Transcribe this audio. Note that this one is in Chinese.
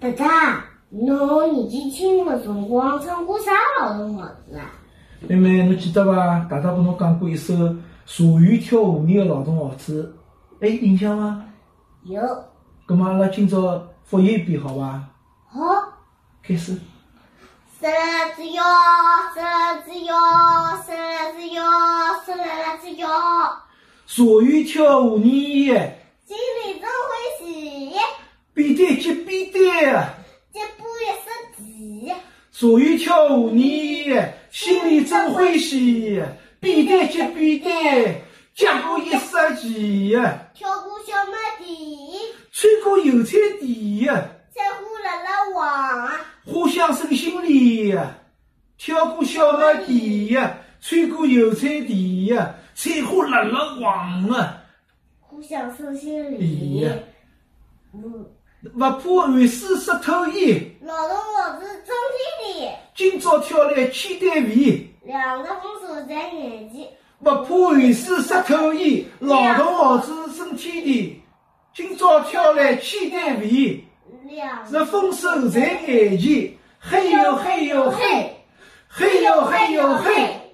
大大，侬年纪轻个辰光唱过啥老动物事啊？妹妹，侬记得伐？大大拨侬讲过一首《茶园跳河里的劳动号子》，还有哎印象伐？有，葛末阿拉今朝复习一遍好伐？好。开始。色啦子哟，色啦子哟，色啦子哟，色啦啦子哟，茶园跳河里的，心里真欢喜，扁担接扁担啊！脚步一伸直，茶园跳河里的，心里真欢喜。啊扁担接扁担，脚步一撒起，跳过小麦地，穿过油菜地，菜花辣辣黄，花香升心里，跳过小麦地，穿过油菜地，菜花辣辣黄啊！花香升心里咦。嗯，勿怕汗水湿透衣，劳动老子争天里，今朝跳来千担肥。两个风手在眼前。勿怕汗水湿透衣，劳动号子升天地。今朝挑来千担肥，两是丰收在眼前。嘿哟嘿哟嘿，嘿哟嘿哟嘿，